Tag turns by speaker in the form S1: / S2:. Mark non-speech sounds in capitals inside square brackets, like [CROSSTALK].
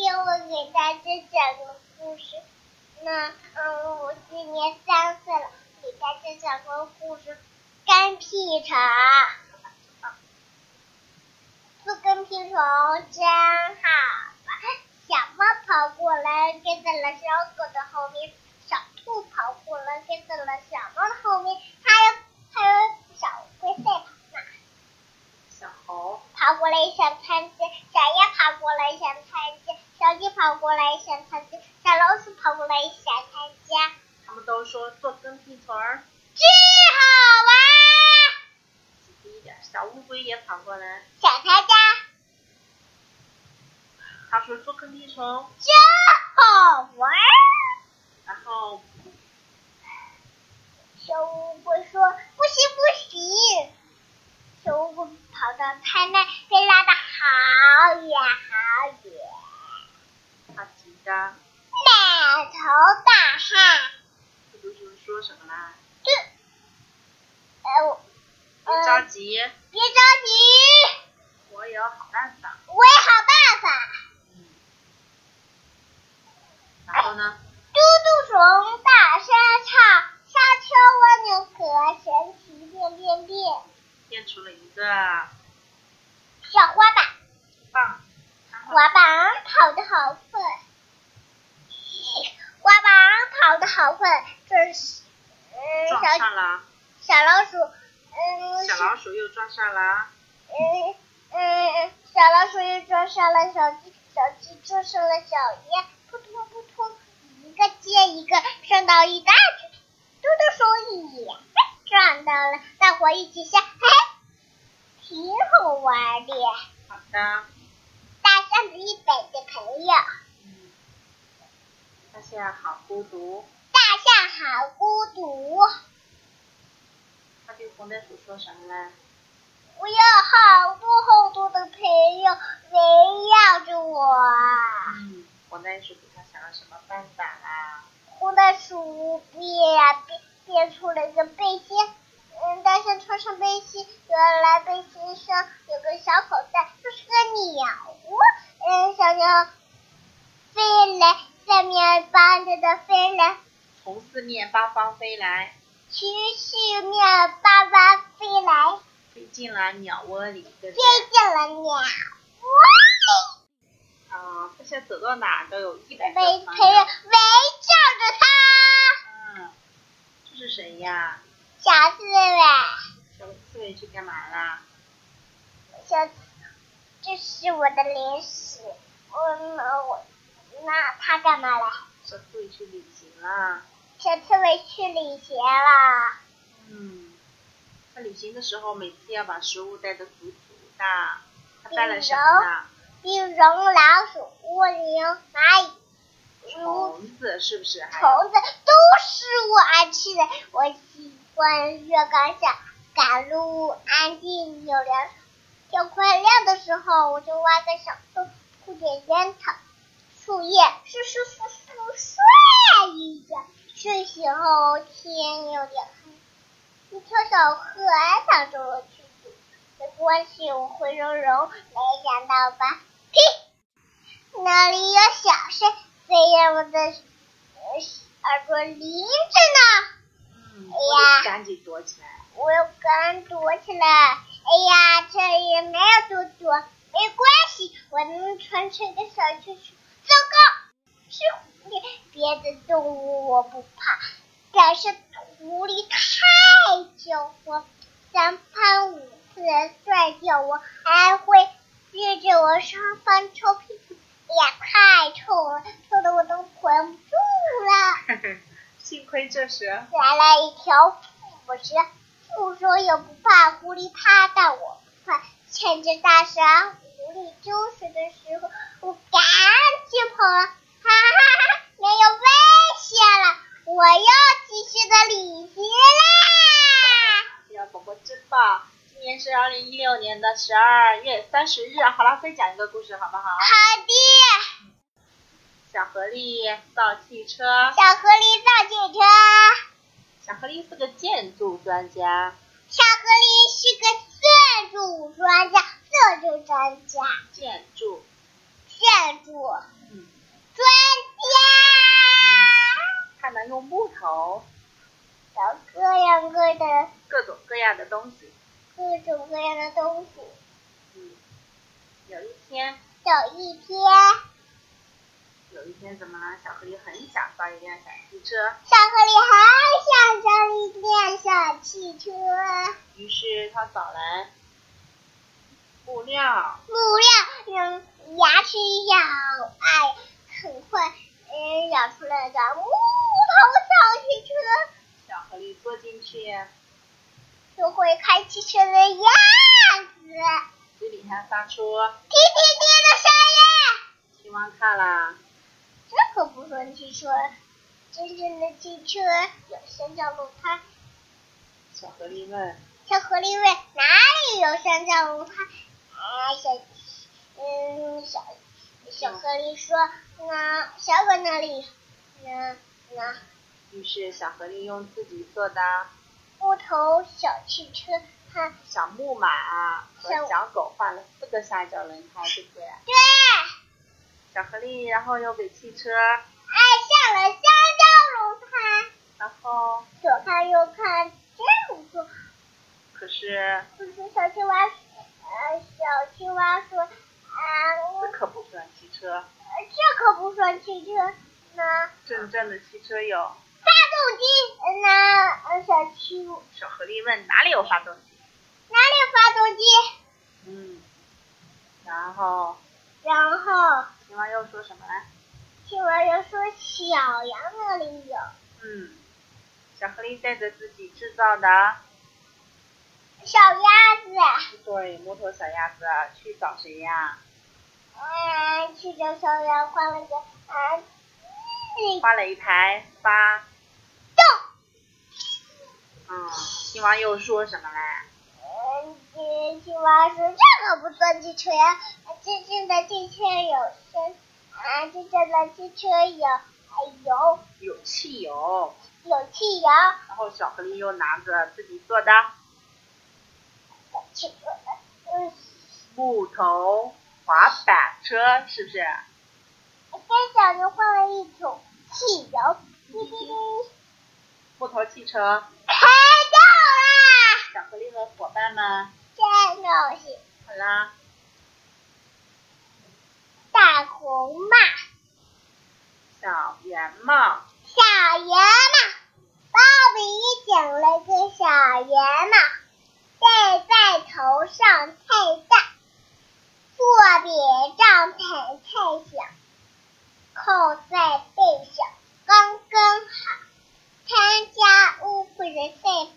S1: 给大家讲个故事。那嗯，我今年三岁了，给大家讲个故事：干屁虫。做跟屁虫真好玩。小猫跑过来跟在了小狗的后面，小兔跑过来跟在了小猫的后面，还有还有小龟在跑呢。
S2: 小猴，
S1: 跑过来想看见，小鸭跑过来想看见，小鸡跑过来想看见，小老鼠跑过来想看见，
S2: 他们都说做跟屁虫儿，
S1: 真好玩！
S2: 低一点。小乌龟也跑过来，
S1: 想参加，
S2: 他说做跟屁虫，
S1: 真好玩！
S2: 然后
S1: 小乌龟说：“不行不行！”小乌龟跑到太慢，被拉得好远好远，
S2: 他急的
S1: 满头大汗。
S2: 这就是说什么啦？
S1: 这，呃，我，
S2: 别着
S1: 呃，
S2: 急，
S1: 别着急。
S2: 我有好办法。
S1: 我有好办法。
S2: 嗯，然后呢？
S1: 嘟嘟熊大声唱：沙丘蜗牛壳神奇变变变，
S2: 变出了一个
S1: 小花板
S2: 棒，然后
S1: 花板跑得好快，花板跑得好快，这是嗯
S2: 撞
S1: 小
S2: 上了，
S1: 小老鼠，嗯
S2: 小老鼠又撞上了，
S1: 嗯嗯小老鼠又撞上了小鸡，小鸡撞上了小鸭，扑通扑通，一个接一个上到一大群，嘟嘟鼠也撞到了，大伙一起笑，嘿，挺好玩的。
S2: 好的，
S1: 大象子一百的朋友，
S2: 嗯，他现在好孤独。
S1: 大象好孤独，
S2: 他对红袋鼠说什么呢？
S1: 我有好多好多的朋友围绕着我。
S2: 嗯，红袋鼠给他想了什么办法啊啦？
S1: 红袋鼠变呀变，变出了一个背心。嗯，大象穿上背心，原来背心上有个小口袋，这是个鸟窝。嗯，小鸟飞来，下面帮着的飞来，
S2: 从四面八方飞来，
S1: 曲曲面叭叭飞来，
S2: 飞进了鸟窝里，对不
S1: 飞
S2: 对？
S1: 进了鸟窝
S2: 啊，他现在走到哪儿都有一百
S1: 里，
S2: 个
S1: 围
S2: 朋
S1: 陪围绕
S2: 友。
S1: 着它。
S2: 嗯，这是谁呀？
S1: 小刺猬，
S2: 小刺猬去干嘛啦？
S1: 小，这是我的零食，我那我那它干嘛了？
S2: 小刺猬去旅行啦。
S1: 小刺猬去旅行了，
S2: 嗯，他旅行的时候每次要把食物带的足足的。他带了什么呢？
S1: 比如老鼠、蜗牛、蚂蚁、猪、
S2: 虫子是不是？还有
S1: 虫子都是我爱吃的。我喜欢月光下赶路安静有粮食。天快亮的时候，我就挖个小洞，铺点烟草、树叶，舒舒服服睡一觉。睡醒后天有点黑，一条小河想着我去躲，没关系，我会揉揉。没想到吧，嘿，哪里有小声？虽然我的呃耳朵淋着呢，
S2: 嗯，
S1: 哎
S2: 我
S1: 呀
S2: 得赶紧躲起来。
S1: 我又刚躲起来。哎呀，这里没有多多，没关系，我能穿成个小蛐蛐。糟糕，是狐狸，别的动物我不怕，但是狐狸太狡猾，三番五次地拽掉我，还会指着我上方臭屁股。哎呀，太臭了，臭的我都管不住了。
S2: [LAUGHS] 幸亏这时，
S1: 来了一条腐蛇，腐蛇也不怕，狐狸怕，但我不怕。趁着大蛇狐狸揪食的时候，我赶紧跑了，哈哈哈哈，没有危险了，我又继续的旅行啦！
S2: 哎呀，宝宝真棒！今年是二零一六年的十二月三十日。好了，再讲一个故事好不好？
S1: 好的，
S2: 小河狸造汽车，
S1: 小狐狸造汽车，
S2: 小河狸是个建筑专家，
S1: 小狐狸是个建筑专家，建筑专家，
S2: 建筑，
S1: 建筑
S2: 嗯，
S1: 专
S2: 它能用木头
S1: 找各样各的
S2: 各种各样的东西。
S1: 各种各样的东西。
S2: 嗯，有一天，
S1: 有一天，
S2: 有一天怎么了？小狐狸很想造一辆小汽车，
S1: 小狐狸还想上一辆小汽车，木
S2: 于是它找来布料，
S1: 料嗯，牙齿咬，哎，很快，嗯，咬出了个木头小汽车，
S2: 小狐狸坐进去，
S1: 就会开汽车的样子，滴滴滴
S2: 嘴里还发出
S1: 的声音。
S2: 希望看啦。
S1: 这可不算汽车，真正的汽车有三角轮胎。
S2: 小狐狸问
S1: 小狐狸问哪里有三角轮胎？啊，小，嗯，小小狐狸说，那小狗那里，那那
S2: 于是小狐狸用自己做的
S1: 木头小汽车，它
S2: 小木马和
S1: 小
S2: 小狗换了四个三角轮胎，对不对？
S1: 对，
S2: 小狐狸，然后又给汽车，
S1: 爱上了三角轮胎，
S2: 然后
S1: 左看右看真不错。
S2: 可是
S1: 可是小青蛙，呃，小青蛙说，啊、
S2: 这可不算汽车，
S1: 这可不算汽车呢。
S2: 真正的汽车有。
S1: 发动机，那呃小青
S2: 小狐狸问哪里有发动机？
S1: 哪里有发动机？
S2: 嗯，然后
S1: 然后
S2: 青蛙又说什么来？
S1: 青蛙又说小羊那里有，
S2: 嗯，小狐狸带着自己制造的
S1: 小鸭子，
S2: 对木头小鸭子啊去找谁呀？
S1: 嗯，去找小羊画了个啊，嗯，
S2: 画了一排八。
S1: 洞，
S2: 嗯，青蛙又说什么来？
S1: 嗯，这青蛙说这可不算汽车呀，真正的汽车有声，啊，真正的汽车有哎油，
S2: 有汽油。
S1: 有汽油，
S2: 然后小狐狸又拿着自己做的
S1: 有汽油，嗯，
S2: 木头滑板车，是不是？
S1: 跟小牛换了一桶汽油，滴滴滴。
S2: 木头汽车。
S1: 开动
S2: 小狐狸和伙伴们，
S1: 啦！这东西，
S2: 好啦，
S1: 大红帽，
S2: 小圆帽，
S1: 小圆帽，芭比剪了个小圆帽，戴在头上太大，做别让太太小，扣在背上刚刚好，参加舞会的赛